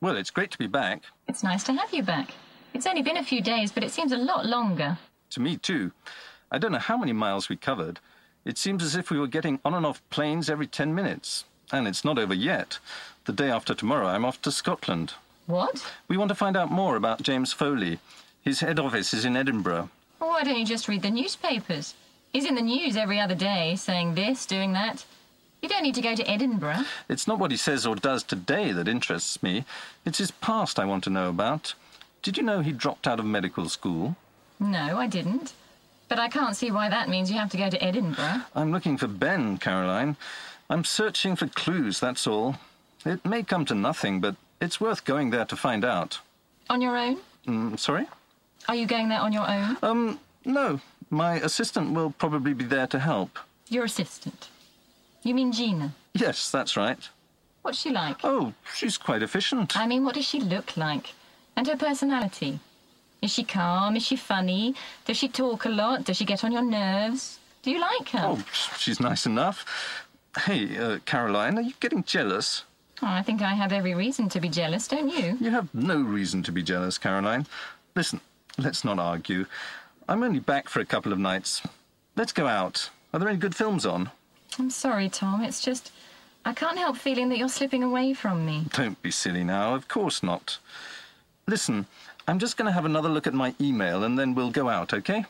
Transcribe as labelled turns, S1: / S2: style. S1: Well, it's great to be back.
S2: It's nice to have you back. It's only been a few days, but it seems a lot longer.
S1: To me, too. I don't know how many miles we covered. It seems as if we were getting on and off planes every 10 minutes. And it's not over yet. The day after tomorrow, I'm off to Scotland.
S2: What?
S1: We want to find out more about James Foley. His head office is in Edinburgh.
S2: Why don't you just read the newspapers? He's in the news every other day saying this, doing that. You don't need to go to Edinburgh.
S1: It's not what he says or does today that interests me. It's his past I want to know about. Did you know he dropped out of medical school?
S2: No, I didn't. But I can't see why that means you have to go to Edinburgh.
S1: I'm looking for Ben, Caroline. I'm searching for clues, that's all. It may come to nothing, but it's worth going there to find out.
S2: On your own?
S1: Mm, sorry?
S2: Are you going there on your own?
S1: Um, no. My assistant will probably be there to help.
S2: Your assistant. You mean Gina?
S1: Yes, that's right.
S2: What's she like?
S1: Oh, she's quite efficient.
S2: I mean, what does she look like? And her personality? Is she calm? Is she funny? Does she talk a lot? Does she get on your nerves? Do you like her?
S1: Oh, she's nice enough. Hey, uh, Caroline, are you getting jealous?
S2: Oh, I think I have every reason to be jealous, don't you?
S1: You have no reason to be jealous, Caroline. Listen, let's not argue. I'm only back for a couple of nights. Let's go out. Are there any good films on?
S2: I'm sorry, Tom. It's just I can't help feeling that you're slipping away from me.
S1: Don't be silly now. Of course not. Listen, I'm just going to have another look at my email and then we'll go out, okay?